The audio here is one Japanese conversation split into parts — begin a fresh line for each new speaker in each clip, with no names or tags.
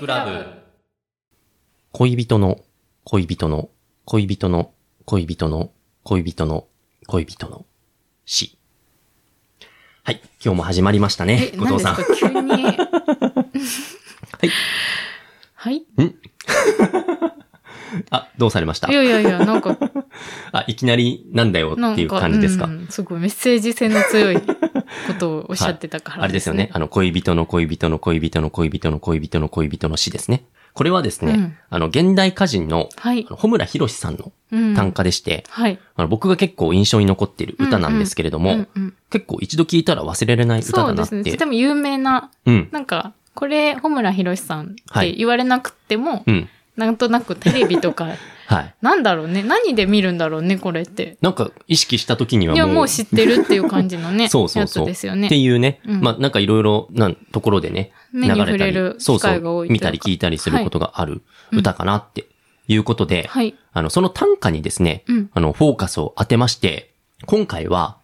クラブ。
恋人の、恋人の、恋人の、恋人の、恋人の、恋人の、死。はい。今日も始まりましたね。後藤さん。。
何ですか急に。はいはい。
あ、どうされました
いやいやいや、 なんか、
あ、いきなりなんだよ
なんか、
っていう感じですか。
うんすごいメッセージ性の強いことをおっしゃってたから、
あれですよね。。あの、恋人の恋人の恋人の恋人の恋人の恋人の死ですね。これはですね、
うん
あの、現代歌人の、
はい
あ。の、穂村博さんの
うん
短歌でして、
はい。
あの僕が結構印象に残ってる歌なんですけれども、
うんうん
結構一度聞いたら忘れられない歌
そ
だな
うで
って。
すね。でも有名な、
うん。
なんか、これ、穂村博さんっ
は
て
い
言われなくても、
うん。
なんとなくテレビと か、
はい。
なんだろうね。何で見るんだろうね、これって。
なんか意識した時にはいも
や、
う。
もう知ってるっていう感じの ね、
そうそうそう
やつですよ
って
ね。
いうね。
うん
まあなんかいろいろなところでね、
目に触れる
そう
機
そ
会が多
う
いというか
見たり聞いたりすることがある
い
歌かなっていうことで、
はい。
あの、その短歌にですね、
うん
あの、フォーカスを当てまして、今回は、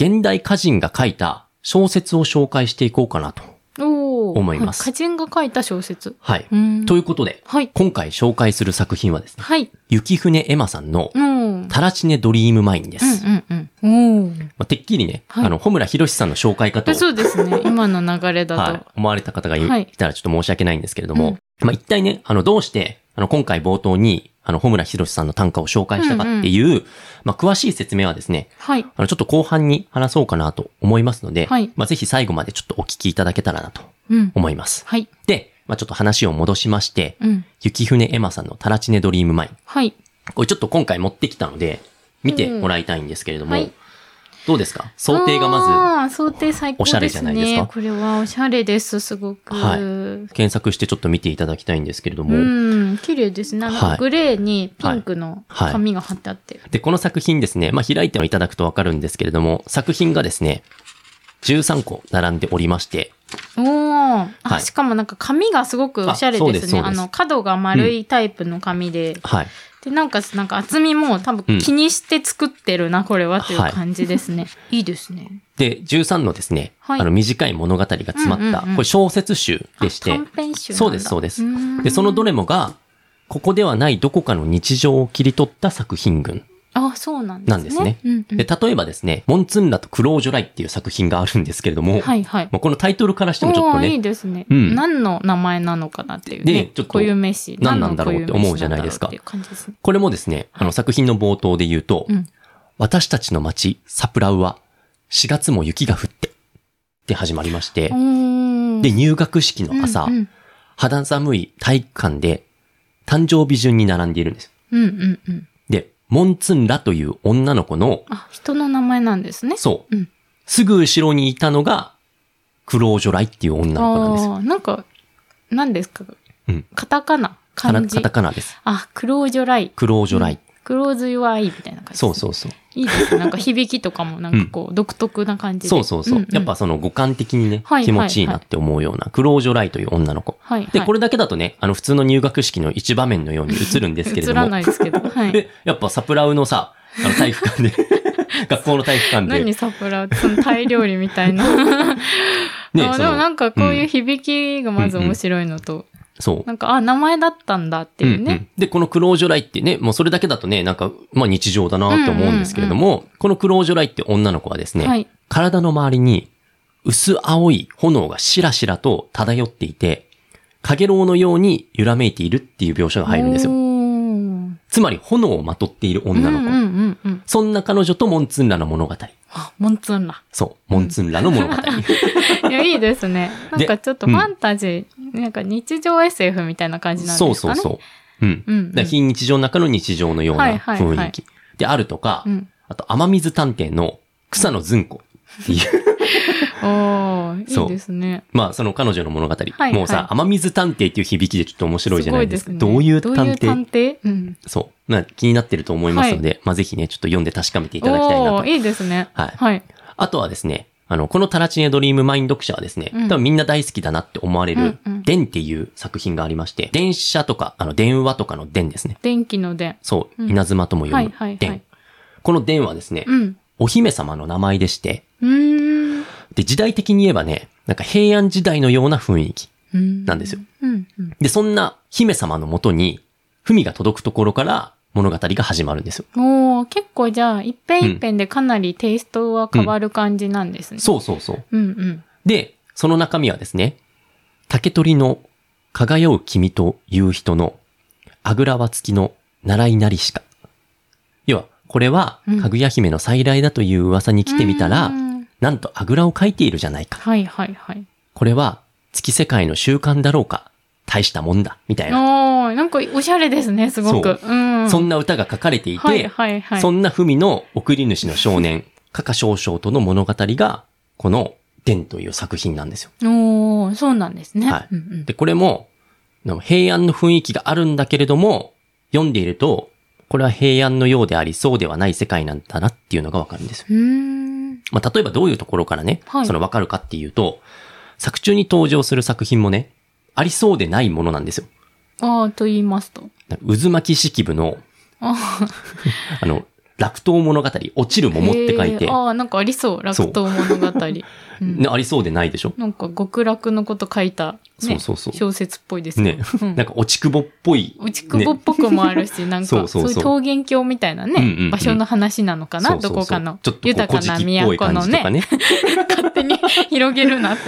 現代歌人が書いた小説を紹介していこうかなと。
おー
思います
は歌人が書いた小説。
はい。
うん
ということで、
はい。
今回紹介する作品はですね、
はい。
雪船エマさんの、
うん。うん
タラチネドリームマインです。
うんうん。おー
まあ、てっきりね、
はい
あの、穂村博さんの紹介かと
え、そうで すね。今の流れだと。
はい、思われた方がい,、
はい
たらちょっと申し訳ないんですけれども、まあ、一体ね、あの、どうして、あの、今回冒頭に、あの、穂村博さんの短歌を紹介したかっていう、まあ、詳しい説明はですね、
はい。
あの、ちょっと後半に話そうかなと思いますので、
はい
まあ、ぜひ最後までちょっとお聞きいただけたらなと
うん。
思います。
はい。
で、まあ、ちょっと話を戻しまして、
うん。
雪船エマさんのタラチネドリームマイン。
はい。
これちょっと今回持ってきたので、見てもらいたいんですけれども、
うんはい
どうですか想定がま
ああ、想定最高
おしゃれじゃないですか
これはおしゃれです、すごく。
はいうず、検索してちょっと見ていただきたいんですけれども、
ん。綺麗ですね。なん
は
か
い
グレーにピンクの紙が貼ってあって。
で、この作品ですね、まあ、開いていただくとわかるんですけれども、作品がですね、13個並んでおりまして、
おーあ
はい
しかもなんか紙がすごくおしゃ
あ
れ
そうで
で
す
す
そ
ね。
う
あ
です
の、角が丸いタイプの紙で。
はい。
で、なんか、なんか厚みも多
うん
分気にして作ってるな、これはという
はい
感じですね。いいですね。
で、13のですね、
はい
あの、短い物語が詰まった、
うんうんうん
これ小説集でして、
短編集なんだ
そうです、そうです
ーん。
で、そのどれもが、ここではないどこかの日常を切り取った作品群
あ、そうなんですね。
なんですね。
うんうん
で、例えばですね、モンツンラとクロージョライっていう作品があるんですけれども、
はいはい。
もうこのタイトルからして
お
もちょっと
ーい
ね
い、ですね、
うん
何の名前なのかなっていうね。
ねちょっと
固有名詞。
何なんだろうって思うじゃないですか
何の固有名詞なんだろうっていう感じですね。
これもですね、あの作品の冒頭で言うと、
うん
私たちの街、サプラウは、4月も雪が降って、で始まりまして
お、ー
で、入学式の朝、
うんうん
肌寒い体育館で、誕生日順に並んでいるんです。
うんうんうん。
で、モンツンラという女の子の、
あ、人の名前なんですね。
そう、
うん
すぐ後ろにいたのが、クロージョライっていう女の子なんですよ。
ああー、なんか、何ですか、
うん
カタカナ
カ
漢
ナ
字
カタカナです。
あ、クロージョライ。
クロージョライ。
クローズユアイみたいな感じですね、
そうそうそう。
いいですね。なんか響きとかもなんかこう独特な感じで。
そうそうそう。
んん
やっぱ、その五感的にね、
はい
気持ちいいなって思うような、クロージョライという女の子。
はい、
で、こ
れ
れだけだとね、あの、普通の入学式の一場面のように映るんですけれ
映
ど
ら
も。
ないですけど。はい。
で、やっぱサプラウのさ、あの、体育 館で、学校の体育館で、
何
ね、
サプラウそのタイ料理みたいな。 あ
そ
でもな
の、
んかこういう響きがまず面白いのと、
そう。
なんか、あ、名前だったんだって
う
いう
んうん
ね。
で、このクロージョライってね、もうそれだけだとね、なんか、まあ日常だなと思うんですけれども、このクロージョライって女の子はですね、
はい
体の周りに薄青い炎がしらしらと漂っていて、かげろうのように揺らめいているっていう描写が入るんです
お
よ。
ー
つまり炎をまとっている女の子。
うんうんうんうん。
そんな彼女とモンツンラの物語。
あモンツンラ。
そう、モンツンラの物語。
いや、いいですね。なんかちょっと
で
フ
うん
ァンタジー、なんか日常 SF みたいな感じなんですか
そ
ね。
うそうそう。うん。
うんうん
だから非日常の中の日常のような雰囲気。
はいはいはい
であるとか、
うん
あと、雨水探偵の草野ずん こっていう、
おー
そ
いういですね。
まあ、その彼女の物語。
はい
もうさ、雨水探偵っていう響きでちょっと面白いじゃないですか。どういう探
どういう
偵
探偵うん。
そう。まあ、気になってると思いますので、まあ、ぜひね、ちょっと読んで確かめていただきたいな
お
と
ー。いいですね。
はい
はい。
あとはですね、あの、このタラチネドリームマイン読者はですね、
うん
多分みんな大好きだなって思われる、
うんうん
電っていう作品がありまして、電車とか、あの、電話とかの電ですね。
電気の電。
そう、
うん
稲妻とも呼ぶ、
は
電。
いはいはい
この電はですね、
うん。
お姫様の名前でして、
うーん。
で、時代的に言えばね、なんか平安時代のような雰囲気。なん
ん
ですよ。
うん、うん。
で、そんな姫様のもとに、文が届くところから物語が始まるんですよ。
おー、結構じゃあ、一遍一遍でかなりテイストは変わる感じなんですね。
そうそうそう。
うん、うん。
で、その中身はですね、竹取の輝う君という人の、あぐらは付きの習いなりしか。要は、これは
う、ん
かぐや姫の再来だという噂に来てみたら、
うん
なんとあぐらを描いているじゃないか。
はいはいはい。
これは、月世界の習慣だろうか。大したもんだ。みたいな。
おー、なんかおしゃれですね、すごく。うん。
そんな歌が書かれていて、
はいはいはい。
そんな文の送り主の少年、カカ少々との物語が、この、伝という作品なんですよ。
おー、そうなんですね。
はい
うんうん
で、これも、あの平安の雰囲気があるんだけれども、読んでいると、これは平安のようであり、そうではない世界なんだなっていうのがわかるんですよ。
うーん。
まあ、例えばどういうところからね、
はい
そのわかるかっていうと、作中に登場する作品もね、ありそうでないものなんですよ。
あー、と言いますと。
渦巻き式部の、
あ
あの、落刀物語、落ちる桃って書い
へ
て、
ーあー、なんかありそう、楽刀物 語。うん
ねありそうでないでしょ
なんか極楽のこと書いた、ね、
そうそうそう
小説っぽいです
ね、
う
なん
ん
か落ちくぼっぽい。
内久保っぽくもあるし、なんか、
そ
そうう
そうそう
いう桃源郷みたいなね、
うんうんうん
場所の話なのかな、
そうそうそう
どこかの
ちょっとこう
豊かな
古事記っぽい
都
感
の
じと
ね
か、ね。
勝 手に広げるなって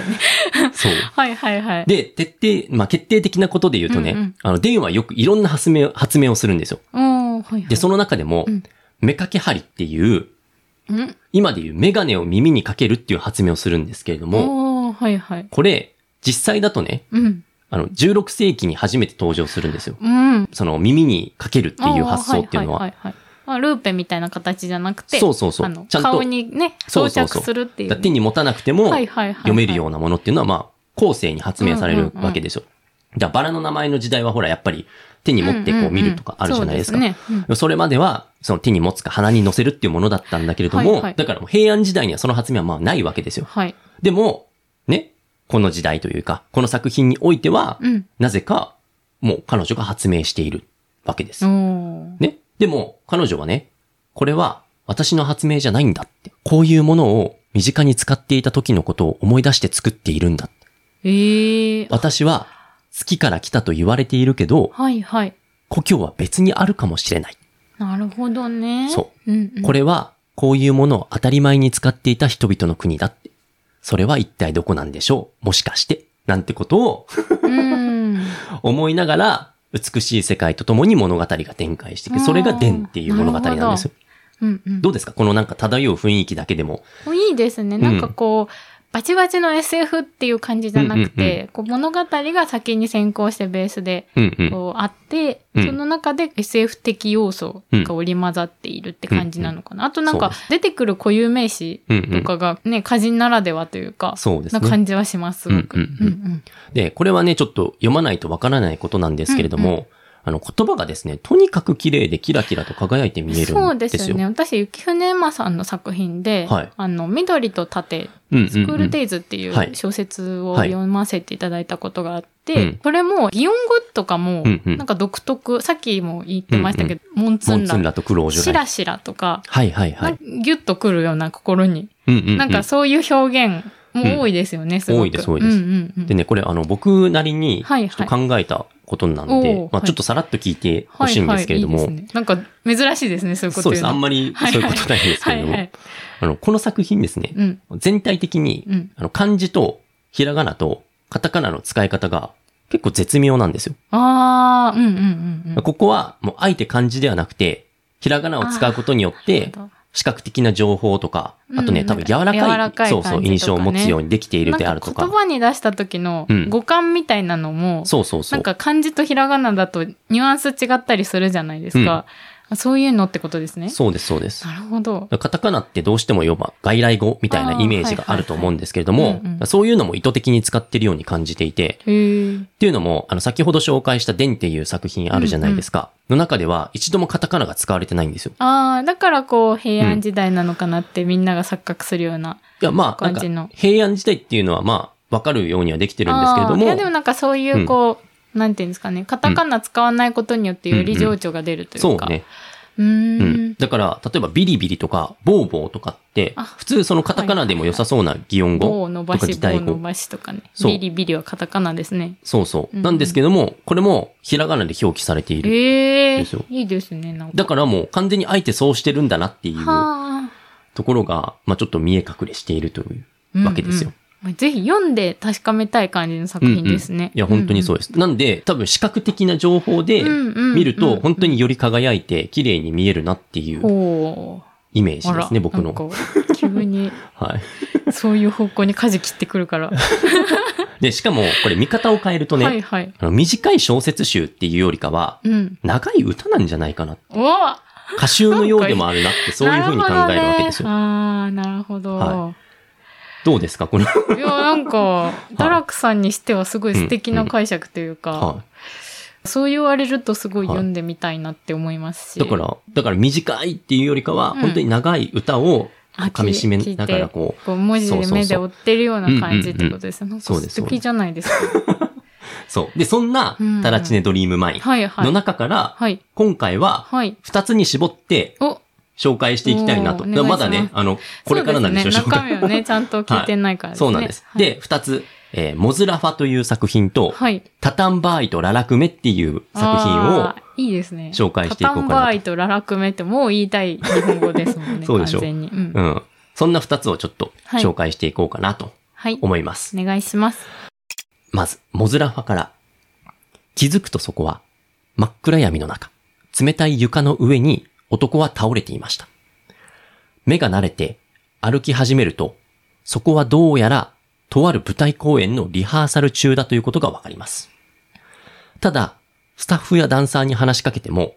ね。
そう。
はいはいはい。
で、徹底、まあ、決定的なことで言うとね、
うんうん
あの、デンはよくいろんな発明を、発明をするんですよ。
おーはいはい。
で、その中でも、
うん
目かけ針っていう、
うん
今で言うメガネを耳にかけるっていう発明をするんですけれども、
おーはいはい。
これ、実際だとね、
うん。
あの、16世紀に初めて登場するんですよ。
うん。っ
その耳にかけるっていう発想っていうのは。
はいはいはいはいあルーペみたいな形じゃなくて、
そうそうそう
あの
ちゃんと
顔にね、
そう
装
そうそう
着するっていう
だか
ね、
ら手に持たなくても、
はいはいはいはい
読めるようなものっていうのは、まあ、後世に発明されるわけですよ。じゃあ、バラの名前の時代はほら、やっぱり手に持ってこう見るとかあるじゃないですか。
うんうんうんそうねうん
それまでは、その手に持つか鼻に乗せるっていうものだったんだけれども、
はいはい
だからもう平安時代にはその発明はまあないわけですよ。
はい。
でも、ね、この時代というか、この作品においては、
うん。
なぜか、もう彼女が発明しているわけです。
おー
ね。でも、彼女はね、これは私の発明じゃないんだって。こういうものを身近に使っていた時のことを思い出して作っているんだ。
ええー。
私は月から来たと言われているけど、
はいはい。
故郷は別にあるかもしれない。
なるほどね。。
そう
うん、うん。
これは、こういうものを当たり前に使っていた人々の国だって。それは一体どこなんでしょうもしかして。なんてことを
うん。
思いながら、美しい世界とともに物語が展開していく。それが伝っていう物語なんですよ。
うんうん。
どうですかこのなんか漂う雰囲気だけでも。
もういいですね。なんかこう、バチバチの SF っていう感じじゃなくて、
うん
こう物語が先に先行してベースで
うんうん。
こうあって、
うん
その中で SF 的要素が織り交ざっているって感じなのかな。あとなん
そう
か
で
出てくる固有名詞
うんうん
とかがね、歌人ならではというか、
そうですね
な感じはします。すごく。
うんうんうん
ん
で、これはね、ちょっと読まないとわからないことなんですけれども、
うん
あの、言葉がですね、とにかく綺麗でキラキラと輝いて見え
そ
るん
う
で
です
よ。
すよね。私、雪船馬さんの作品で、
はい
あの、緑と盾
うんうんうん。
スクールデイズってい
はいう
小説を
はい
読ませていただいたことがあっ
う
て、
ん
それも擬音語とかも
うんうん
なんか独特、さっきも言ってましたけど、モンツ
モ
ン
ンツン
ラ、
ラとクロージ
シ
ュライ。
ラシラとか、
はいはいは
ないん。かギュッとくるような心に、
うんうん、うん。
なんかそういう表現も多いですよね、すごく。
多いです多いです
うんうんうん
でね、これあの、僕なりに、ち
は
ょ
い
っと
はい
考えたことなんで、
おー
まあ
はい
ちょっとさらっと聞いてほしいんですけれども、
はいはいいいですね、なんか珍しいですね、そういうこと
そうです。あん
ま
まりそういうことないんですけれども、
はいはい。
あの、この作品ですね、
うん。
全体的に、
うん
あの、漢字とひらがなとカタカナの使い方が結構絶妙なんですよ。
ああ、うんうんうんうん。
ここは、もう、あえて漢字ではなくて、ひらがなを使うことによっ
な
て
る、ほど
視覚的な情報とか、あと
う
ね、
ん
多分柔らかい、
柔らかい
そうそう、
感じとかね
印象を持つようにできているであるとか。
なんか言葉に出した時の
うん
語感みたいなのも、
そうそうそ
な。
うん
か漢字とひらがなだとニュアンス違ったりするじゃないですか。そういうのってことですね。
そうです、そうです。
なるほど。
カタカナってどうしても、要は外来語みたいなイメージがあると思うんですけれど
あーは
も
いはいはいうんう、ん
そういうのも意図的に使ってるように感じていて、
へえ。
っていうのも、あの、先ほど紹介したデンっていう作品あるじゃないですか。の中では、一度もカタカナが使われてないんですよ。
ああ、だからこう平安時代なのかなってみんなが錯覚するような。
いや、まあ、なん
感じの
か、平安時代っていうのは、まあ、わかるようにはできてるんですけれど
あーい
も
やで、もなんかそういうこう、なんていうんですかね、カタカナ使わないことによってより情緒が出るという
そ
か。
うね。
うーん。
うん。だから、例えばビリビリとか、ボーボーとかって
あ、
普通そのカタカナでも良さそうな擬音
棒を
語
伸
と
ば
か擬
し、棒を
態
伸
語。
ばしとかね。
そう
ビリビリはカタカナですね。
そうそう。
うん
なんですけども、これもひらがなで表記されている。
ええ
ですよ
いいですね、なんか。
だからもう完全にあえてそうしてるんだなっていう
はあ
ところが、まあちょっと見え隠れしているという。わけですよ。
うんうんぜひ読んで確かめたい感じの作品ですね。
いや、本当にそうです。なんで、多分視覚的な情報で
うんうんうん
見ると、本当により輝いて、綺麗に見えるなっていう
ほ
イメー
う。あ
ジで
ら
すね、僕の。
なんか急に
はい。
そういう方向に舵切ってくるから。
で、しかも、これ見方を変えるとね、
はいはい。
あの短い小説集っていうよりかは、
うん。
長い歌なんじゃないかな。
おお
歌集のようでもあるなっ て、そういうふうに考えるわけですよ。
なるほどね、ああ、なるほど。
はどうですかこの、
い、や、なんか、ダラクさんにしてはすごい素敵な解釈というか、
は
そう言われるとすごい読んでみたいなって思います
い。だ
し。
から、だから短いっていうよりかは、
うん
本当に長い歌を
あ
噛み締めながら
聞いて
こう、
こう文字で目で追ってるような感じってことですね。なんか
そうそうそう
素敵じゃないですか。
そう。で、そんな
うん、
タラチネドリームマイン
はいは
の
い。
中から、
はい。
今回は、
はい。
二つに絞って
お、
紹介していきたいなと。
おーお願いします
まだね、あの、これからなんですよ、
そう
紹
ね。中
介。
身をね、ちゃんと聞いてないからですね。
そうなんです。
はい、
で、二つ、えーモズラファという作品と、
はい。
タタンバーイとララクメっていう作品を
あ、ーいいですね。
紹介していこうかなと
タタンバーイとララクメってもう言いたい日本語ですもんね。
そうでしょ
完全に。うん。
うん。そんな二つをちょっと
はい
紹介していこうかなと
はい。お
思います。
願いします。
まず、モズラファから。気づくとそこは、真っ暗闇の中、冷たい床の上に男は倒れていました。目が慣れて歩き始めると、そこはどうやら、とある舞台公演のリハーサル中だということがわかります。ただ、スタッフやダンサーに話しかけても、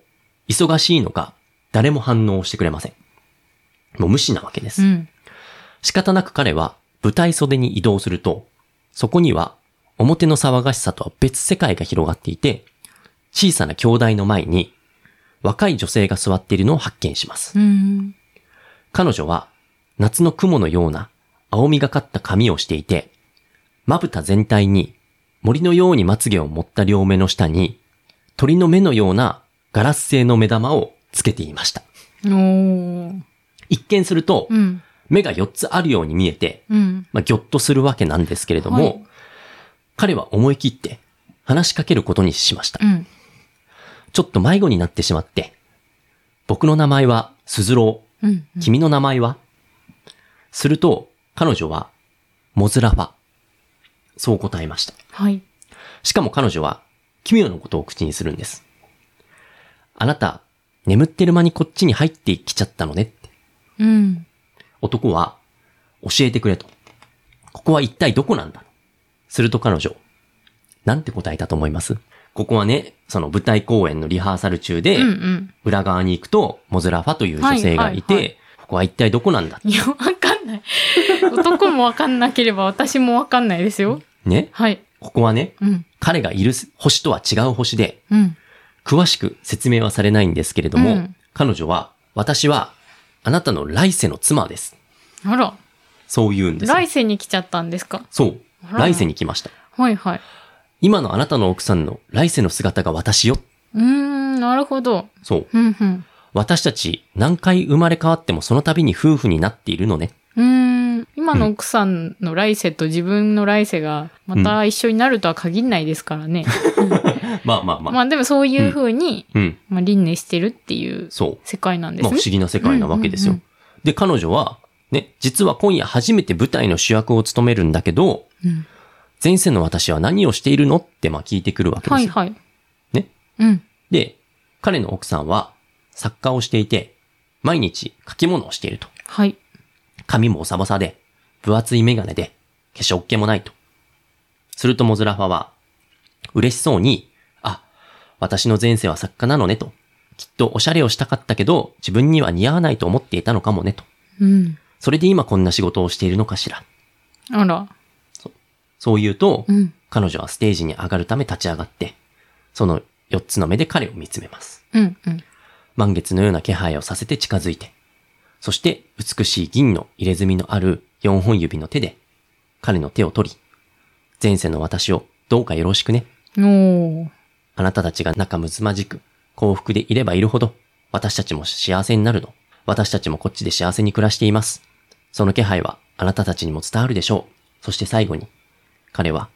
忙しいのか、誰も反応をしてくれません。もう無視なわけです
う。ん。
仕方なく彼は舞台袖に移動すると、そこには表の騒がしさとは別世界が広がっていて、小さな兄弟の前に若い女性が座っているのを発見します。
うん。
彼女は夏の雲のような青みがかった髪をしていて、まぶた全体に森のようにまつげを持った両目の下に鳥の目のようなガラス製の目玉をつけていました。
おー。
一見すると
うん。
目が4つあるように見えて、
うん。
まあ、ぎょっとするわけなんですけれども、
はい
彼は思い切って話しかけることにしました。
うん。
ちょっと迷子になってしまって、僕の名前は鈴郎、
うん。
君の名前は、すると、彼女は、モズラファ。そう答えました。
はい。
しかも彼女は、奇妙なことを口にするんです。あなた、眠ってる間にこっちに入ってきちゃったのねって。
うん。
男は、教えてくれと。ここは一体どこなんだすると彼女、なんて答えたと思いますここはね、その舞台公演のリハーサル中で、
うん。うん。
裏側に行くと、モズラファという女性がいて、
はいはい
ここは一体どこなんだ
いや、わかんない。男もわかんなければ私もわかんないですよ。
ね、
はい。
ここはね、
うん。
彼がいる星とは違う星で、
うん。
詳しく説明はされないんですけれども、
うん
彼女は、私は、あなたの来世の妻です。
あら、
そう言うんですよ。
来世に来ちゃったんですか
そう。
あら
来世に来ました。
はいはい。
今のあなたの奥さんの来世の姿が私よ。
うーん、なるほど。
そう。
うん、うん。
私たち何回生まれ変わってもその度に夫婦になっているのね。
うーん。今の奥さんの来世と自分の来世がまた一緒になるとは限らないですからね。
まあまあまあ。
まあでもそういうふうに、
うん。
まあ、輪廻してるっていう
そ
世界なん
う。
です
まあ
ね。
不思議な世界なわけですよ。
うんうん
で、彼女は、ね、実は今夜初めて舞台の主役を務めるんだけど、
うん
前世の私は何をしているのってまあ聞いてくるわけで
は
す
い
よ。
はい。
ね。
うん。
で、彼の奥さんは作家をしていて、毎日書き物をしていると。
はい。
髪もおさぼさで、分厚いメガネで、化粧っ気もないと。するとモズラファは、嬉しそうに、あ、私の前世は作家なのねと。きっとおしゃれをしたかったけど、自分には似合わないと思っていたのかもねと。
うん。
それで今こんな仕事をしているのかしら。
あら。
そう言うと、
うん。
彼女はステージに上がるため立ち上がって、その4つの目で彼を見つめます。
うん。うん。
満月のような気配をさせて近づいて、そして美しい銀の入れ墨のある4本指の手で、彼の手を取り、前世の私をどうかよろしくね。
おー
あなたたちが仲睦まじく、幸福でいればいるほど、私たちも幸せになるの。私たちもこっちで幸せに暮らしています。その気配はあなたたちにも伝わるでしょう。そして最後に、彼は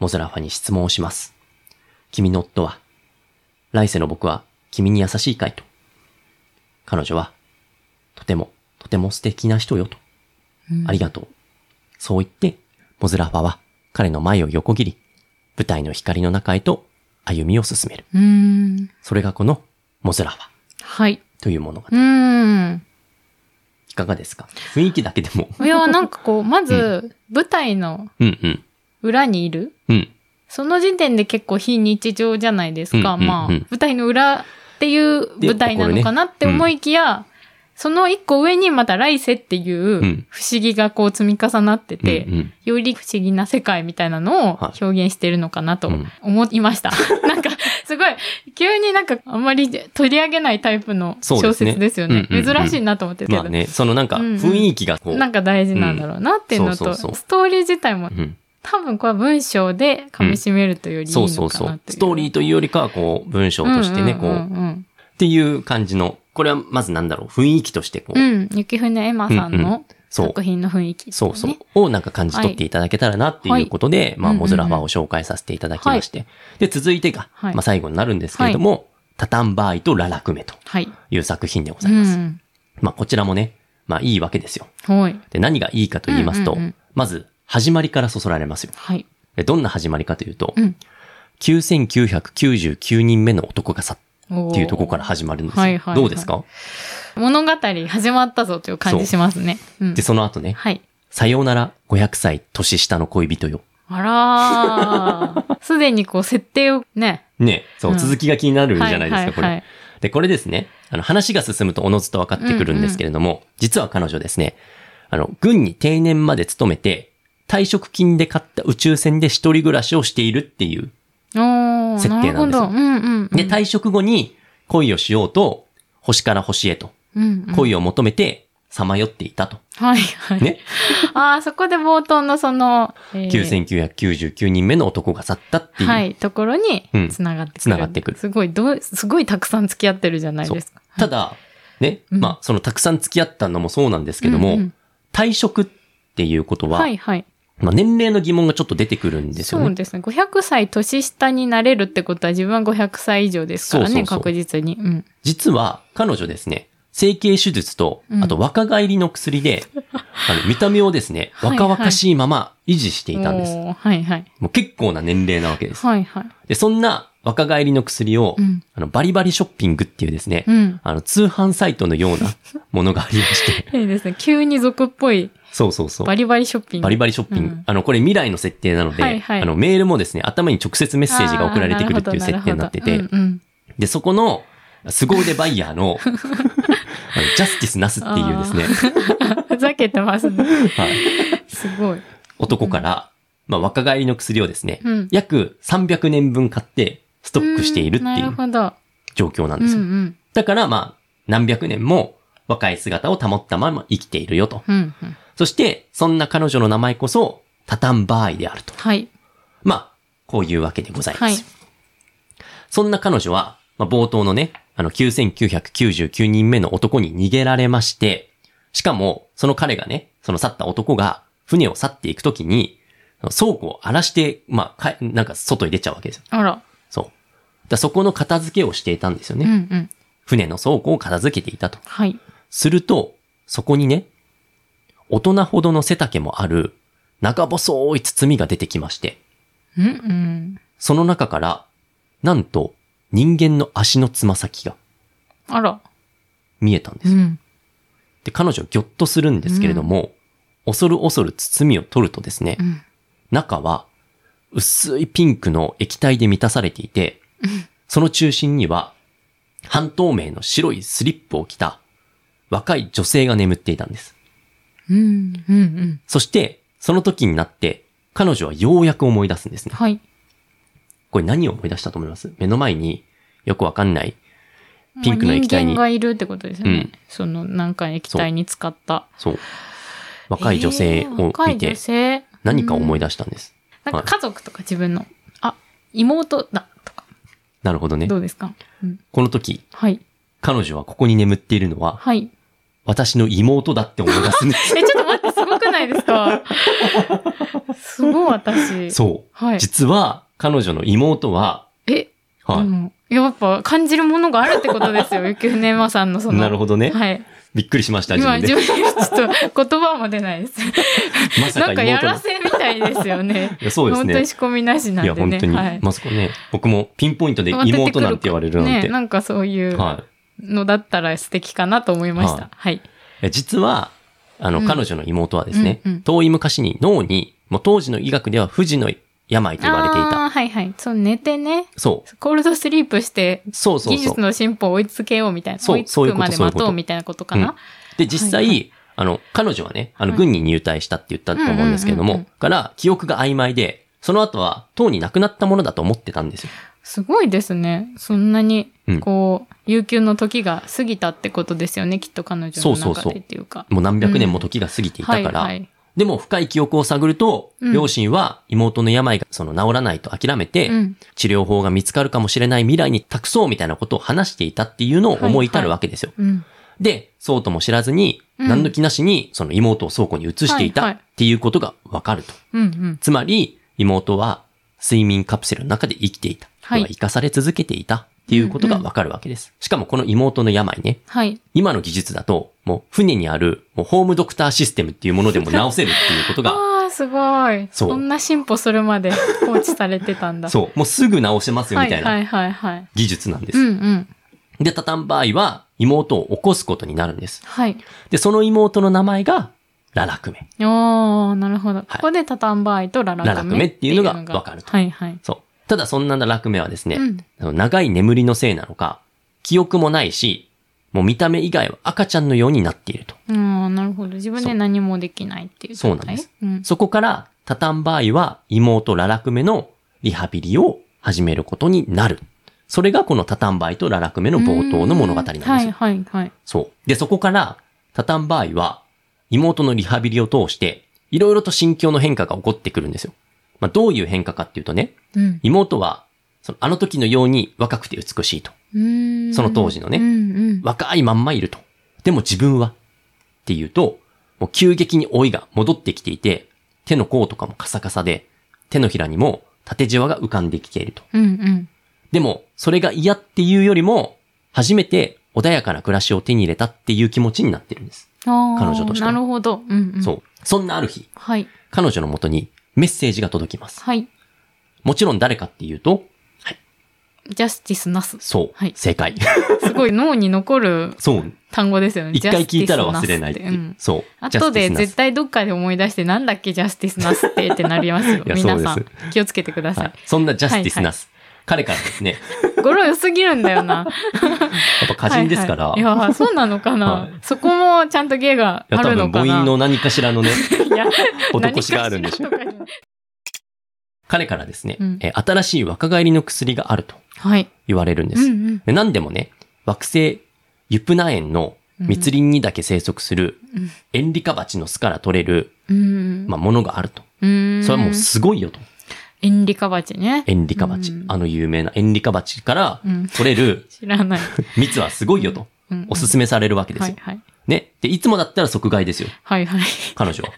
モズラファに質問をします。君の夫は、来世の僕は君に優しいかいと。彼女は、とても、とても素敵な人よと。
うん
ありがとう。そう言って、モズラファは彼の前を横切り、舞台の光の中へと歩みを進める。
うーん。
それがこのモズラファ
はい。
というものが、
うーん。
いかがですか雰囲気だけでも。
いや、なんかこう、まず、舞台の
うんうん。
裏にいる。
うん。
その時点で結構非日常じゃないですか。
うんうんうん
まあ、舞台の裏っていう舞台なのかなって思いきや、その一個上にまた来世って
う
いうん不思議がこう積み重なってて、
うんうん、
より不思議な世界みたいなのを
はい
表現してるのかなと
うん
思いました。 なんか、すごい、急になんかあんまり取り上げないタイプの
そうで
小
すね
説ですよね。
うんうんうん
珍しいなと思ってたけど、
まあね、そのなんか
うんうん
雰囲気がこう。
なんか大事なんだろうなっていうのと、
うんそうそうそう
ストーリー自体も
うん
多分これは文章で噛み締めるというよりいい
そ
の
う
か
そ
な
う
と
そう。
いう
ストーリーというよりかはこう、文章としてね、
うんうん
こう、
うんうん
っていう感じの、これはまずなんだろう、雰囲気としてこう、
うん、雪船エマさん
うんう
の
そう
作。品の雰囲気、
そうそう。。をなんか感じ取っていただけたらなっていうことで、まあ、
うんうん
モ
うん
ズラファを紹介させていただきまして。で、続いてが、
はい
まあ最後になるんですけれども、タタンバーイとララクメと
はい。
いう作品でご
う
ざいます。
ん。
まあこちらもね、まあいいわけですよ。
はい。
で、何がいいかと言いますと、
うんうんうん
まず、始まりからそそられますよ。
はい。
で、どんな始まりかというと、
うん
9999人目の男が去っ
おー
っていうところから始まるんですよ。
はいはいはい
どうですか
物語始まったぞという感じしますね。うん
で、その後ね、
はい。
さようなら500歳年下の恋人よ。
あ らーすでにこう設定をね。
ね、そう、
うん
続きが気になるじゃないですか、こ
は
れ
いは。い
で、これですね、あの、話が進むとおのずと分かってくるんですけれども、実は彼女ですね、あの、軍に定年まで勤めて、退職金で買った宇宙船で一人暮らしをしているっていう。
はい。おー
設定なんですよ
るほど。うんうん、うん。
で、退職後に恋をしようと、星から星へと、
うんうん、
恋を求めて、さまよっていたと。
はいはい。
ね。
ああ、そこで冒頭のその、えー
9999人目の男が去ったっていう。
はい、ところに
うん、
つながってくる。
繋がってくる
すごい、どう、すごいたくさん付き合ってるじゃないですか。
ただ、ね、
うん
まあ、そのたくさん付き合ったのもそうなんですけども、
うんうん
退職っていうことは、
はいはい。
まあ、年齢の疑問がちょっと出てくるんですよ
そう
ね。
ですね。500歳年下になれるってことは自分は500歳以上ですから
そうそ
ね、
うそう
確実に。うん。
実は、彼女ですね、整形手術と
う、ん
あと若返りの薬 で、あの見た目をですね、
はい
若々しいまま維持していたんです。
おーはいはい。
もう結構な年齢なわけです。
はいはい。
で、そんな若返りの薬を、
うん
あのバリバリショッピングっていうですね、
うん。
あの通販サイトのようなものがありま して、
いいですね。急に俗っぽい、
そうそうそう
バ。リバリショッピング。
バリバリショッピング。
うん
あの、これ未来の設定なので、
はいはい
あの、メールもですね、頭に直接メッセージが送られてくるっていう設定になってて、
あーるほどるほどうんうん
で、そこの、凄腕バイヤー の、あのジャスティス・ナスっていうですね、
ふざけてますね。
はい、
すごい。
男から、まあ、若返りの薬をですね、
うん
約300年分買って、ストックしているって
ん
い
なる
う
ほど。
状況なん
う
で
んう
すよ。
ん。
だから、まあ、何百年も若い姿を保ったまま生きているよと。
うんうん。
そして、そんな彼女の名前こそ、タタンバーイであると。
はい。
まあ、こういうわけでございます。
はい。
そんな彼女は、まあ、冒頭のね、あの、9999人目の男に逃げられまして、しかも、その彼がね、その去った男が、船を去っていくときに、倉庫を荒らして、まあ、かなんか外に出ちゃうわけですよ。
あら。
そう。だからそこの片付けをしていたんですよ
う
ね。
んうん。
船の倉庫を片付けていたと。
はい。
すると、そこにね、大人ほどの背丈もある、中細い包みが出てきまして、
うんうん。
その中から、なんと、人間の足のつま先が
あら。
見えたんです
う。ん。
で、彼女ぎょっとするんですけれども、恐る恐る包みを取るとですね、
うん。
中は薄いピンクの液体で満たされていて、その中心には半透明の白いスリップを着た若い女性が眠っていたんです。
うんうんうん。
そして、その時になって、彼女はようやく思い出すんですね。
はい。
これ何を思い出したと思います目の前によくわかんないピンクの液体
まあ人間
に、
がいるってことですよね。
うん
その、なんか液体に使った。
そう、若い女性
えー
を
若い
見
女
て
性。
何か思い
出
出したんです。
なんか家族とか自分の、あ、妹だとか、
なるほどね。
どうですか、うん、
この時、
はい。
彼女はここに眠っているのは、
はい。
私の妹だって思い出すん です。
え、ちょっと待って、すごくないで すかすごい私。
そう。
はい。
実は、彼女の妹は、
え、
はい。
でもやっぱ感じるものがあるってことで すよ。ゆきふねまさんのその。
なるほどね。
はい。
びっくりしました、自
今
分で。
自分でちょっと言葉も出ないです。
まさ
な
か
んかや
妹
ら
の。
せみたいですよね。
いや そうです
本当
ね
に。仕込みなしなん
い
で
や、
ね。
本当に。
はい。
まさかね、僕もピンポイントで妹なんて言われるなん
ね、
て。
なんかそういう
はい。
のだったら素敵かなと思いました。はい。
え実は、あの、
うん
彼女の妹はですね、
うんうん
遠い昔に脳に、もう当時の医学では不治の病と言われてい
あ
た。
あ、はいはい。そう、寝てね、
そう。
コールドスリープして、
そうそう
技
そう
術。の進歩を追いつけようみたいな。
そう
追いつ
そういう
く
こと
まで
そういう
待
こと
とうみたいなことかな。
で、実際、
はい
あの、彼女はね、あの、
はい
軍に入隊したって言ったと思うんですけども、
うんうんうん
から、記憶が曖昧で、その後は、とうに亡くなったものだと思ってたんですよ。
すごいですね。そんなに
うん、
こう、悠久の時が過ぎたってことですよね。きっと彼女
そう
の
そうそう
中でっていうか。
もう何百年も時が過ぎていたから、
はいはい。
でも深い記憶を探ると、
うん
両親は妹の病がその治らないと諦めて、
うん。
治療法が見つかるかもしれない未来に託そうみたいなことを話していたっていうのを思い至るわけですよ。
うん。
で、そうとも知らずに、
うん
何の気なしにその妹を倉庫に移していた
はいはい
っていうことがわかると。
うん。うん。
つまり、妹は睡眠カプセルの中で生きていた。
はい
要生かされ続けていたっていうことがわかるわけです。しかもこの妹の病ね、
はい。
今の技術だと、もう船にある、もうホームドクターシステムっていうものでも治せるっていうことが、
ああ、すごい。
そう
そんな進歩するまで放置されてたんだ。
そう、もうすぐ治せますよ
は
み
い
たい
は
ない
はいはい。
技術なんです
うん。うん。
で、畳む場合は、妹を起こすことになるんです。
はい。
で、その妹の名前が、ララクメ。
おー、なるほど。ここでタタンバイとララク
ラ
メ。
ラクメっていうのがわかると
はいはい。
そう。ただそんなララクメはですね、
うん
あの長い眠りのせいなのか、記憶もないし、もう見た目以外は赤ちゃんのようになっていると。
うん、なるほど。自分
そう
で何もできないっていう
そう
状
なんで
態。
す
うん。
そこから、タタンバーイは妹ララクメのリハビリを始めることになる。それがこのタタンバーイとララクメの冒頭の物語なんですよ。
はいはいはい。
そう。で、そこから、タタンバーイは、妹のリハビリを通して、いろいろと心境の変化が起こってくるんですよ。まあ、どういう変化かっていうとね、
うん。
妹は、そのあの時のように若くて美しいと。
うん
その当時のね
うんうん。
若いまんまいると。でも自分はっていうと、もう急激に老いが戻ってきていて、手の甲とかもカサカサで、手のひらにも縦じわが浮かんできていると。
うんうん。
でも、それが嫌っていうよりも、初めて穏やかな暮らしを手に入れたっていう気持ちになってるんです。
彼
彼女としては
なるほど。うんうん。。
そうう。そんなある日、
はい。
彼女の元にメッセージが届きます。
はい。
もちろん誰かっていうと、
ジャスティスなす。
そう、
はい
正解。
すごい脳に残る
そう。
単語ですよね。
一回聞いたら忘れないっ
ジ
て
ャ
い
スティ
う。
スナスって
そう。
うん。後で
ジャスティスナス
絶対どっかで思い出して、なんだっけ、ジャスティスナスってってなりますよ
い。や
皆 さ、
そうん
気をつけてくださ
はいい。。そんなジャスティスナス。彼からですね、
語呂良すぎるんだよ
や
な。
っぱ歌人ですから、
はいはいいや、そうなのかな、
はい
そこもちゃんと芸が
いや
あ
多
るの
分母
かな
音の何かしらのね、
いや、
施しがあるんでしょ
何からとかに
彼からですね、
うん
えー新しい若返りの薬があると
はい。
言われるんで
う
す。
んうん。
で何でもね、惑星ユプナ園の密林にだけ生息する
うん
エンリカバチの巣から取れる、
うん。
まあ、ものがあると。
うん。
それはもうすごいよと。
エンリカバチね。
エンリカバチ
う。ん
あの有名なエンリカバチから
うん
取れる
知ら ない。
蜜はすごいよと
うんうん。
おすすめされるわけです
はい
よ。
はい。
ね。で、いつもだったら即買いですよ。
はいはい。
彼女は。
うん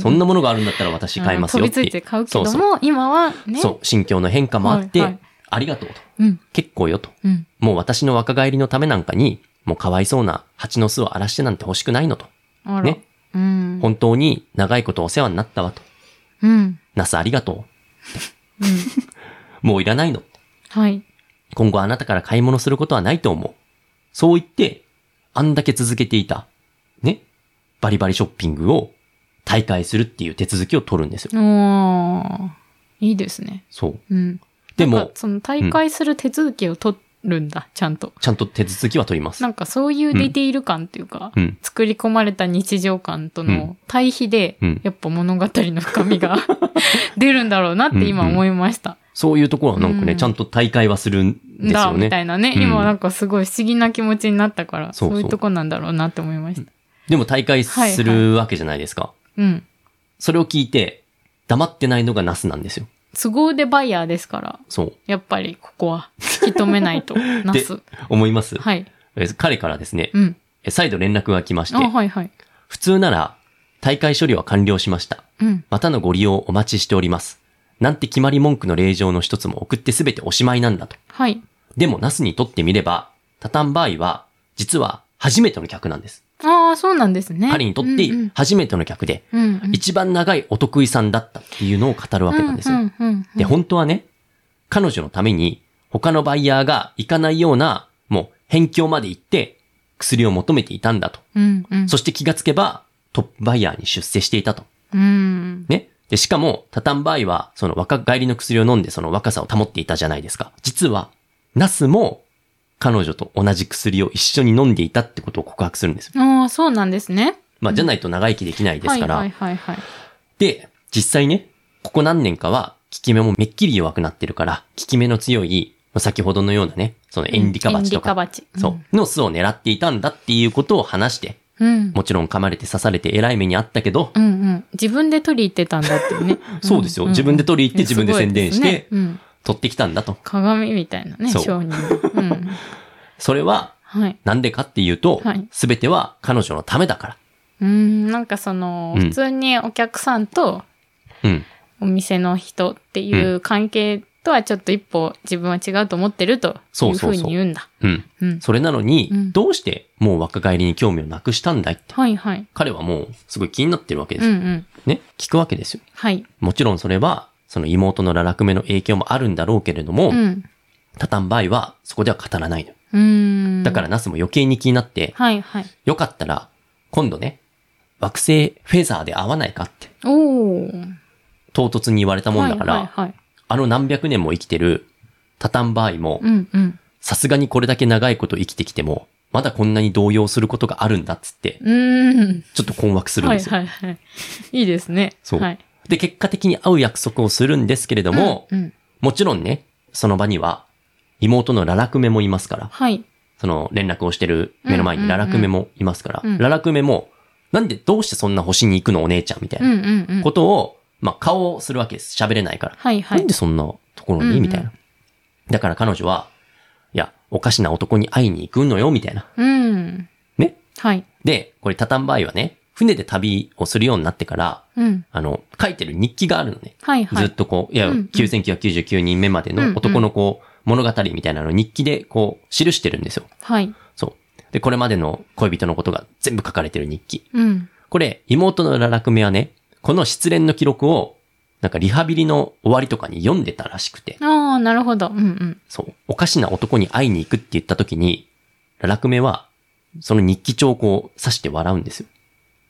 そんなものがあるんだったら私買いますよ
あ
って
の飛
いう。
びついて買うけども、
そうそ
今はね。
そう、心境の変化もあって、
はいはい
ありがとうと。
う。うん。
結構よと。
うん。
もう私の若返りのためなんかに、もうかわいそうな蜂の巣を荒らしてなんて欲しくないのと。
あら。
ね
うん。
本当に長いことお世話になったわと。
うん。
ナスありがと
うん。
う。もういらないの。
はい。
今後あなたから買い物することはないと思う。そう言って、あんだけ続けていた、ね、バリバリショッピングを大会するっていう手続きを取るんですよ。
おー。いいですね。
そう。
うん。
でも
なんかその大会する手続きを取るんだ、ちゃんと。
ちゃんと手続きは取ります
な。んかそういうディティール感っていうか、
うん。
作り込まれた日常感と
う
の対比で、
うん
やっぱ物語の深 みが出るんだろうなって今思いました。
そういうところはなんかね、
うん
ちゃんと大会はするんです
だ、
よね
み。たいなね、
うん
今なんかすごい不思議な気持ちになったから、
そ
そうう
そう
いうとこなんだろうなって思いました。
でも大会
はい
するわけじゃないですか。
うん。
それを聞いて、黙ってないのがナスなんですよ。
都合でバイヤーですから、
そう。
やっぱりここは引き止めないと、なす。
思います。
はい。
えー彼からですね、
うん。
えー再度連絡が来まして
あ、、はいはい。
普通なら、大会処理は完了しました。
うん。
またのご利用お待ちしております。なんて決まり文句の令状の一つも送ってすべておしまいなんだと。
はい。
でも、ナスにとってみれば、タタンバーイは、実は初めての客なんです。
ああ、そうなんですね。
彼にとっ
うん
て初めての客で、
うん、うんうん。
一番長いお得意さんだったっていうのを語るわけなんですよ。
うんうんうんうん
で、本当はね、彼女のために、他のバイヤーが行かないような、もう、辺境まで行って、薬を求めていたんだと。
うんうん。
そして気がつけば、トップバイヤーに出世していたと。
うん。
ね。で、しかも、タタンバイは、その若返りの薬を飲んで、その若さを保っていたじゃないですか。実は、ナスも、彼女と同じ薬を一緒に飲んでいたってことを告白するんですよ。
ああ、そうなんですね。
まあ、じゃないと長生きできないですから。
はいはいはいはい。
で、実際ね、ここ何年かは、効き目もめっきり弱くなってるから、効き目の強い、先ほどのようなね、そのエンリカバチと
エンリカ
か、
バチ。
そう、の巣を狙っていたんだっていうことを話して、
うん。うん。
もちろん噛まれて刺されて偉い目にあったけど、。
うんうん。自分で取り入ってたんだっていうね
そうですよ
んん
自分で取り入って自分で宣伝して
すごいですねうん
取ってきたんだと。
鏡みたいなね、
そう
商人。うん。
それは、
はい。
なんでかっていうと
はい、
すべ、ては彼女のためだから。
うん、なんかその、
うん
普通にお客さんと
うん。
お店の人っていう関係とはちょっと一歩自分は違うと思ってると
そ
いうう
そ
ふ
う
う
そう
に言うんだ。
うん。
うん。
それなのに、
うん
どうしてもう若返りに興味をなくしたんだいって。
はいはい。
彼はもうすごい気になってるわけで
う
す。
んうん。
ね。聞くわけですよ。
はい。
もちろんそれは、その妹のララクメの影響もあるんだろうけれども、
うん。
タタンバイはそこでは語らないの。
うん。
だからナスも余計に気になって、
はいはい。
よかったら、今度ね、惑星フェザーで会わないかって、
おー。
唐突に言われたもんだから、
はいはいはい。
あの何百年も生きてるタタンバイも、
うんうん。
さすがにこれだけ長いこと生きてきても、まだこんなに動揺することがあるんだっつって、
うん。
ちょっと困惑するん
は
で
い
すよ。
はいはい。いいですね。
そう
はい。
で、結果的に会う約束をするんですけれども、
うんうん。
もちろんね、その場には、妹のララクメもいますから、
はい。
その連絡をしてる目の前
う
に
んうん
ラ
うん
ラクメもいますから、
うん
ララクメも、なんでどうしてそんな星に行くのお姉ちゃんみたい
うん
な
うんうん。
ことを、まあ顔をするわけです。喋れないから。
はいは
ないんで。そんなところに、
うんうん
みたいな。だから彼女は、いや、おかしな男に会いに行くのよ、みたいな。
うん。
ね。
はい。
で、これタタンバイはね、船で旅をするようになってから、
うん。
あの、書いてる日記があるのね。
はいは
ずっ
い。
とこう、いや、
うんうん
9999人目まで
うんう
の
ん
男のこう、物語みたいなのを日記でこう、記してるんですよ。
はい。
そう。で、これまでの恋人のことが全部書かれてる日記。
うん。
これ、妹のララクメはね、この失恋の記録を、なんかリハビリの終わりとかに読んでたらしくて、
ああ、なるほど。うんうん。
そう、おかしな男に会いに行くって言った時に、ララクメは、その日記帳をこう、刺して笑うんですよ。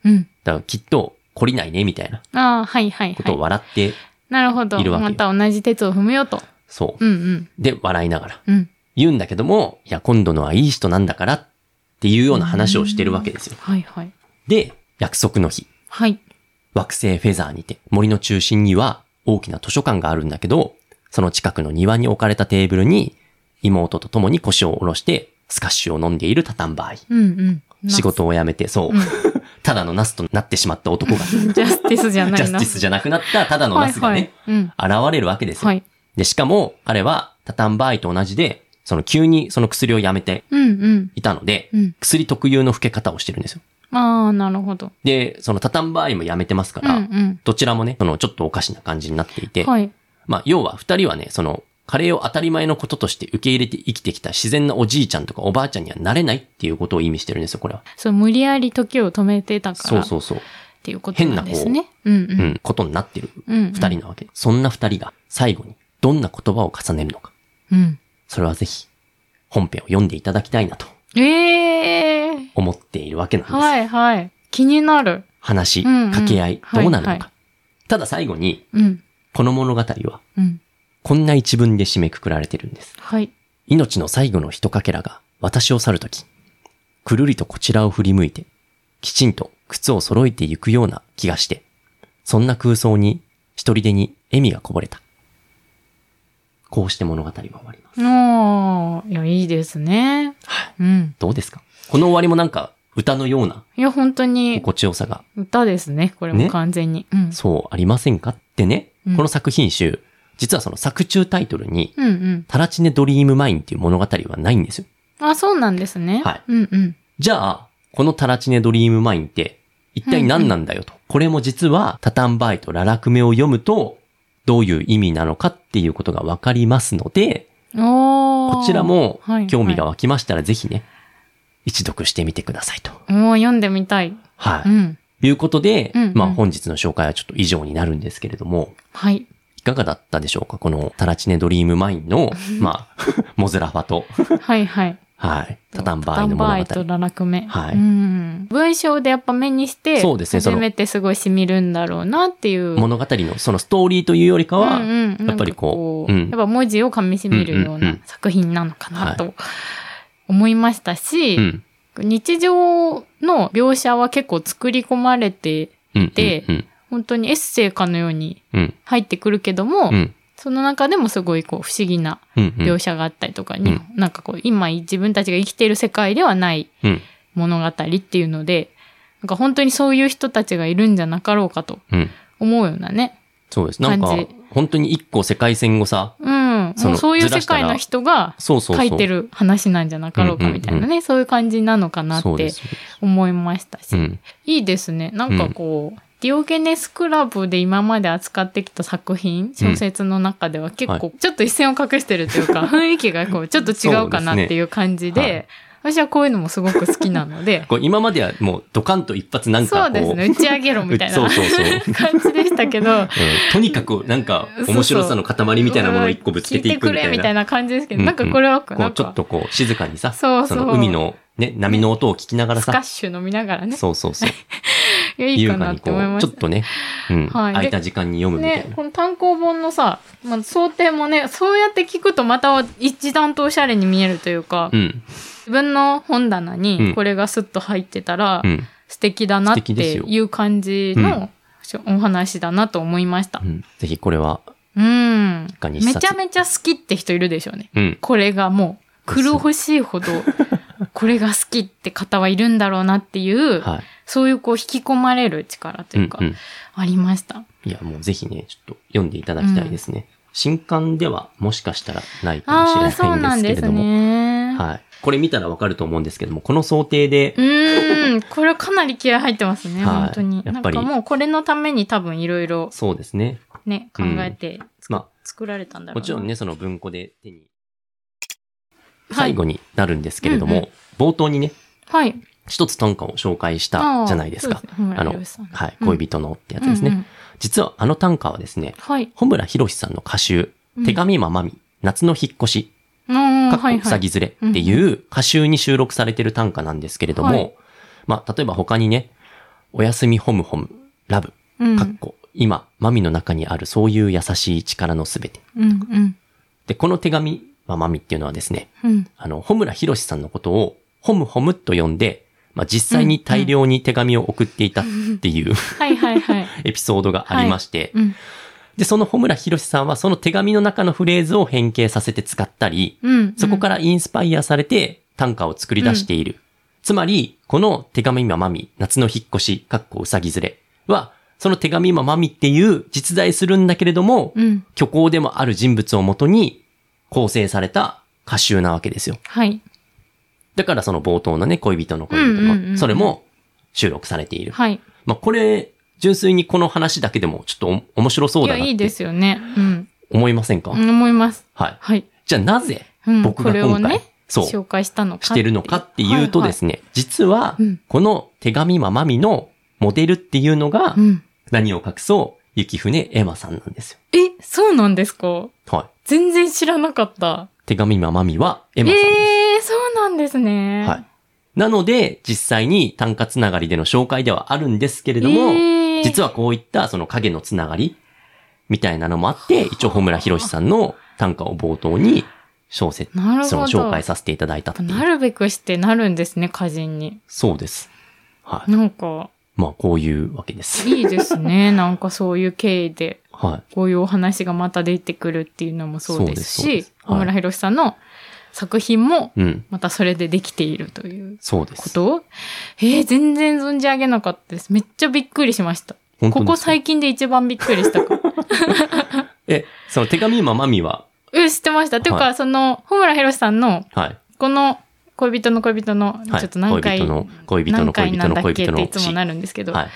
うん。
だからきっと、懲りないね、みたいな
ああ、はいはい
ことを
は
笑って、
い。なるほど。
いるわけよ
また同じ鉄を踏むよと。
そ
うんうん。
う。で、笑いながら。
うん。
言うんだけども、いや、今度のはいい人なんだから、っていうような話をしてるわけですよ。
はいはい。
で、約束の日、
はい。
惑星フェザーにて、森の中心には大きな図書館があるんだけど、その近くの庭に置かれたテーブルに、妹と共に腰を下ろして、スカッシュを飲んでいるタタンバイ。
うんうん。
仕事を辞めて、そう。 ただのナスとなってしまった男が、ジ
な。ジャスティスじゃないな。
ャスティスじゃなくなったただの
は
ナ
い
スが
は
ね
い。、うん。
現れるわけですよ。
はい。
で、しかも、彼は、タタンバイと同じで、その急にその薬をやめて
うんうん。
いたので、
うん。
薬特有の老け方をしてるんですよ。
ああ、なるほど。
で、そのタタンバイもやめてますか
うんう
ら、
ん。
どちらもね、そのちょっとおかしな感じになっていて、
はい。
まあ、要は二人はね、その、カレーを当たり前のこととして受け入れて生きてきた自然なおじいちゃんとかおばあちゃんにはなれないっていうことを意味してるんですよ、これは。
そう、無理やり時を止めてたか
そ
ら。
うそうそう。
っていうことなんですね。うん
う
う。
んん、ことになってる
うんうん。
二人なわけ。そんな二人が最後にどんな言葉を重ねるのか。
うん。
それはぜひ、本編を読んでいただきたいなと
ええー。
思っているわけなんです。
はいはい。気になる。
話、
うんうん
掛け合い、どうなるのか。
はいは
ただ最後に、
うん。
この物語は、
うん。
こんな一文で締めくくられてるんです。
はい。
命の最後の一かけらが私を去るとき、くるりとこちらを振り向いて、きちんと靴を揃えていくような気がして、そんな空想に、一人でに笑みがこぼれた。こうして物語は終わります。
おー。いや、いいですね。
はい。
うん。
どうですかこの終わりもなんか、歌のようない
や、本当に
心地よさが、
歌ですね。これも
ね
完全に。うん。
そうありませんかってね、
うん
この作品集、実はその作中タイトルに、
うんうん。
タラチネドリームマインっていう物語はないんですよ。
あ、そうなんですね。
はい
うんうん。
じゃあ、このタラチネドリームマインって、一体何なんだよと。これも実は、タタンバイとララクメを読むと、どういう意味なのかっていうことがわかりますので、
おー
こちらも
はいはい
興味が湧きましたら、ぜひね、一読してみてくださいと。
もう読んでみたい。
は
う
い。
ん。
いうことで、
うんうん
まあ本日の紹介はちょっと以上になるんですけれども、
はい。
いかがだったでしょうかこのタラチネドリームマイン の、まあ、 モズラファと、
はいはい。
はい、 タタンバ
タ
イ
ン
の
バ
物
イと
語。
ララクメ。
はい
うん。文章でやっぱ目にして、
そうですねその
初めてすごい染みるんだろうなっていう。
物語のそのストーリーというよりかは、
うんうんなんか
やっぱりこううん
やっぱ文字を噛み締めるよう
うんうんう
なん作品なのかなと思いましたし、
うん、
日常の描写は結構作り込まれて、
うん。
で
うん、
本当にエッセイかのように
うん、
入ってくるけども、
うん、
その中でもすごいこう不思議な
うん、うん、
描写があったりとか、
ん
になんかこう今自分たちが生きている世界ではない
うん、
物語っていうので、なんか本当にそういう人たちがいるんじゃなかろうかと
うん。
思うようなね。
そうです。なんか
感じ、
本当に一個世界線をさ、
うん。
その
もうそうい
ず
う
ら
世
したら
界の人が
そうそう
書
そう。
いてる話なんじゃなかろうかみたいな
うん
ね、そういう感じなのかなっ
そうで
て
す。
思いましたし
う。ん、
いいですね。なんかこう、ディオゲネスクラブで今まで扱ってきた作品、小説の中では結構、ちょっと一線を隠してる というか、雰囲気がこう、ちょっと違うかなっていう感じ
そ
で、
うで、
私はこういうのもすごく好きなので
こう今まではもうドカンと一発なん
そ
かこう
うですね、打ち上げろみたい な
そうそうそう。うん
感じでしたけど、
とにかくなんか面白さの塊みたいなものを一個ぶつけていくみた
聞いてくれ
い
みた
な。
いな感じですけ
う
ど、
ん
なんかこれは、
こ
な
うんちょっ
か、
とこう静かにさ、
そうそう
の海のね、波の音を聞きながら
スカッ
さ、
シュ飲みながらね、
そうそうそう。
いい
優
か
雅
な
に
って
こ、
思いうま
ち
し。
ょったとね、うん、
はい
空いた時間に読むみたい
ね、
な。
この単行本のさ、まあ、想定もねそうやって聞くとまた一段とおしゃれに見えるというか、
うん、
自分の本棚
うん
にこれがスッと入ってたら、
うん、
素敵だなっ
素敵です
て
よ
いう感じのお話だなと思いました
う。ん。ぜひこれは、
うん。
かに一
め
冊
ちゃめちゃ好きって人いるでしょうね。
うん、
これがもう黒欲しい ほどこれが好きって方はいるんだろうなっていう、
はい。
そういうこう引き込まれる力というか、
うんうん
ありました。
いや、もうぜひね、ちょっと読んでいただきたいですね。新刊ではもしかしたらないかもしれ
あ
な
あ、そうない
ん
ん
ですけ
です
れども。
ね。
はい。これ見たらわかると思うんですけども、この想定で
う、ーん、これかなり気合入ってますね、
はい
本当に。
や
な
っ
ん
ぱ
か
り
もうこれのために多分いろいろ
そうですね。
ね、考えて
ま
作られたんだ
あ、
ろうな
もちろんね、その文庫で手に、
はい
最後になるんですけれども、
うんう
冒頭にね、
はい。
一つ短歌を紹介したじゃないですか。
あ
あの、はい、恋
っ
人のって
て
やつですね。実はあの短歌はですね、
はい。
本村博さんの歌集、
うん
手紙ままみ、夏の引っ越し、
うん
か
う
っ
ん
こ
はいはいう
さぎずれっていう歌集に収録されてる短歌なんですけれども、
はい
まあ、例えば他にね、おやすみホムホム、ラブ、
うん
かっこ、今、マミの中にあるそういう優しい力のすべて。
うんうん
で、この手紙、まあ、マミっていうのはですね、
うん
あの、ホムラヒロシさんのことを、ホムホムと呼んで、まあ、実際に大量に手紙を送っていたっていう、
はいはいはい。
エピソードがありまして、
うん
で、そのホムラヒロシさんはその手紙の中のフレーズを変形させて使ったり、
うん。、
そこかららインスパイアされて短歌を作り出している。つまり、この手紙ままみ、夏の引っ越し、かっこうさぎずれは、その手紙ままみっていう実在するんだけれども、
うん。
虚構でもある人物をもとに構成された歌集なわけですよ。
はい。
だからその冒頭のね、恋人の恋人の、
うんうんうんうん
それも収録されている。
はい。
まあ、これ、純粋にこの話だけでもちょっとお面白そう
い
だ
や、
ない
い
っ
で
て
すよね。うん。
思いませんか、
うん思います。
はい。
はい。
じゃあなぜ
うん
僕が
これを
今回、
ね
そう、
紹介したのか。
してるのかっていうとです
ね。
ね、実は
うん、
この手紙ままみのモデルっていうのが
う、ん。
何を隠そう、雪船エマさんなんですよ。
え、そうなんですか
は
全然知らなかった。
い。手紙ままみはエ
え
マさんで
えー、そうなんですね。
す。はい。なので、実際に単価つながりでの紹介ではあるんですけれども、
えー
実はこういったその影のつながりみたいなのもあって、一応本村博さんの短歌を冒頭に小説、
なる
その
ほ
紹
ど
介。させていただいたってい
な
う。
るべくしてなるんですね、歌人に。
そうです。はい。
なんか、
まあ、こういうわけです。
いいです ね。なんかそういう経緯で、
はい。
こういうお話がまた出てくるっていうのもそう
そう
です
で
し
すそうです、はい
小村博さんの作品も、
うん。
またそれでできているという
そうで
こ
す。
とえー、全然存じ上げなかったです。めっちゃびっくりしました。
本当
こ
ですか
こ最近で一番びっくりした かも。
え、その手紙ままみは、
うん、知ってました。ていう
は
か、その、小村博さんの
はい。
この恋人の恋人の、ちょ
はい
っと何回、
恋人の恋人の恋
何回な
人
ん
の
だっ
恋
け
人
って
の
いつもなるんですけど、
はい。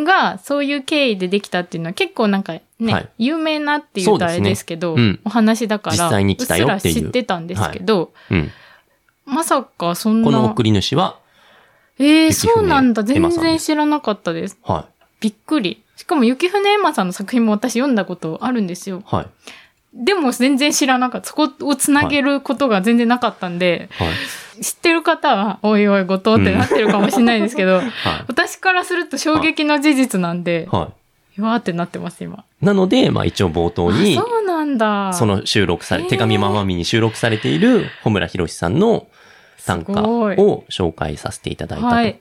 が、そういう経緯でできたっていうのは結構なんかね、
はい
有名なっていうとあれですけ
そ
ど、
うですねうん
お話だから、
実際に来たよっていう
っすら知ってたんですけど、
うん。
まさかそんな。
この送り主は、
えー、
雪船
そうなんだ。
エ
全
マさんで
然
す
知らなかったです。
は
びっくり。しかも、雪船エマさんの作品も私読んだことあるんですよ
い。。はい。
でも全然知らなかった。そこをつなげることが全然なかったんで、
はい。
知ってる方は、おいおい、後藤ってなってるかもしれないですけど、
は
私からすると衝撃の事実なんで
い。、は
うわーってなってます、今。
い。なので、まあ一応冒頭
あ
に、
そうなんだ。
その収録され、
へー
手紙ままみに収録されている、穂村博さんの短歌
すごい
を紹介させていただいた
はい。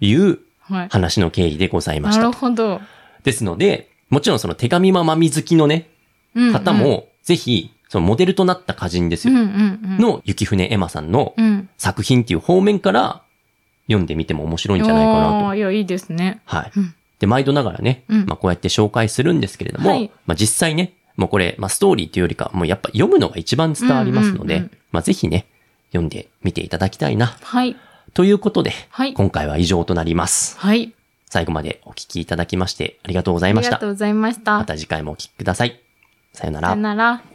という
はい。
話の経緯でございまし
な
た
る
と。
ほど。
ですので、もちろんその手紙ままみ好きのね、
うんうん
方、も、ぜひ、そのモデルとなった歌人です
うんう
よ。
んうん。、
の雪船エマさんの
うん。
作品っていう方面から読んでみても面白いんじゃないか
お
なと。
ーいや、いいですね。
はい。
うん。
で、毎度ながらね、
うん
まあこうやって紹介するんですけれども、
はい
まあ実際ね、もうこれ、まあストーリーというよりか、もうやっぱ読むのが一番伝わりますので、
うんうんうん
まあぜひね、読んでみていただきたいな。
はい。
ということで、
はい
今回は以上となります。
はい。
最後までお聞きいただきましてありがとうござ
あ
い
り
まし
が
た
とう。ございました。
また次回もお聞きください。さよな
さ
ら
よ。なら。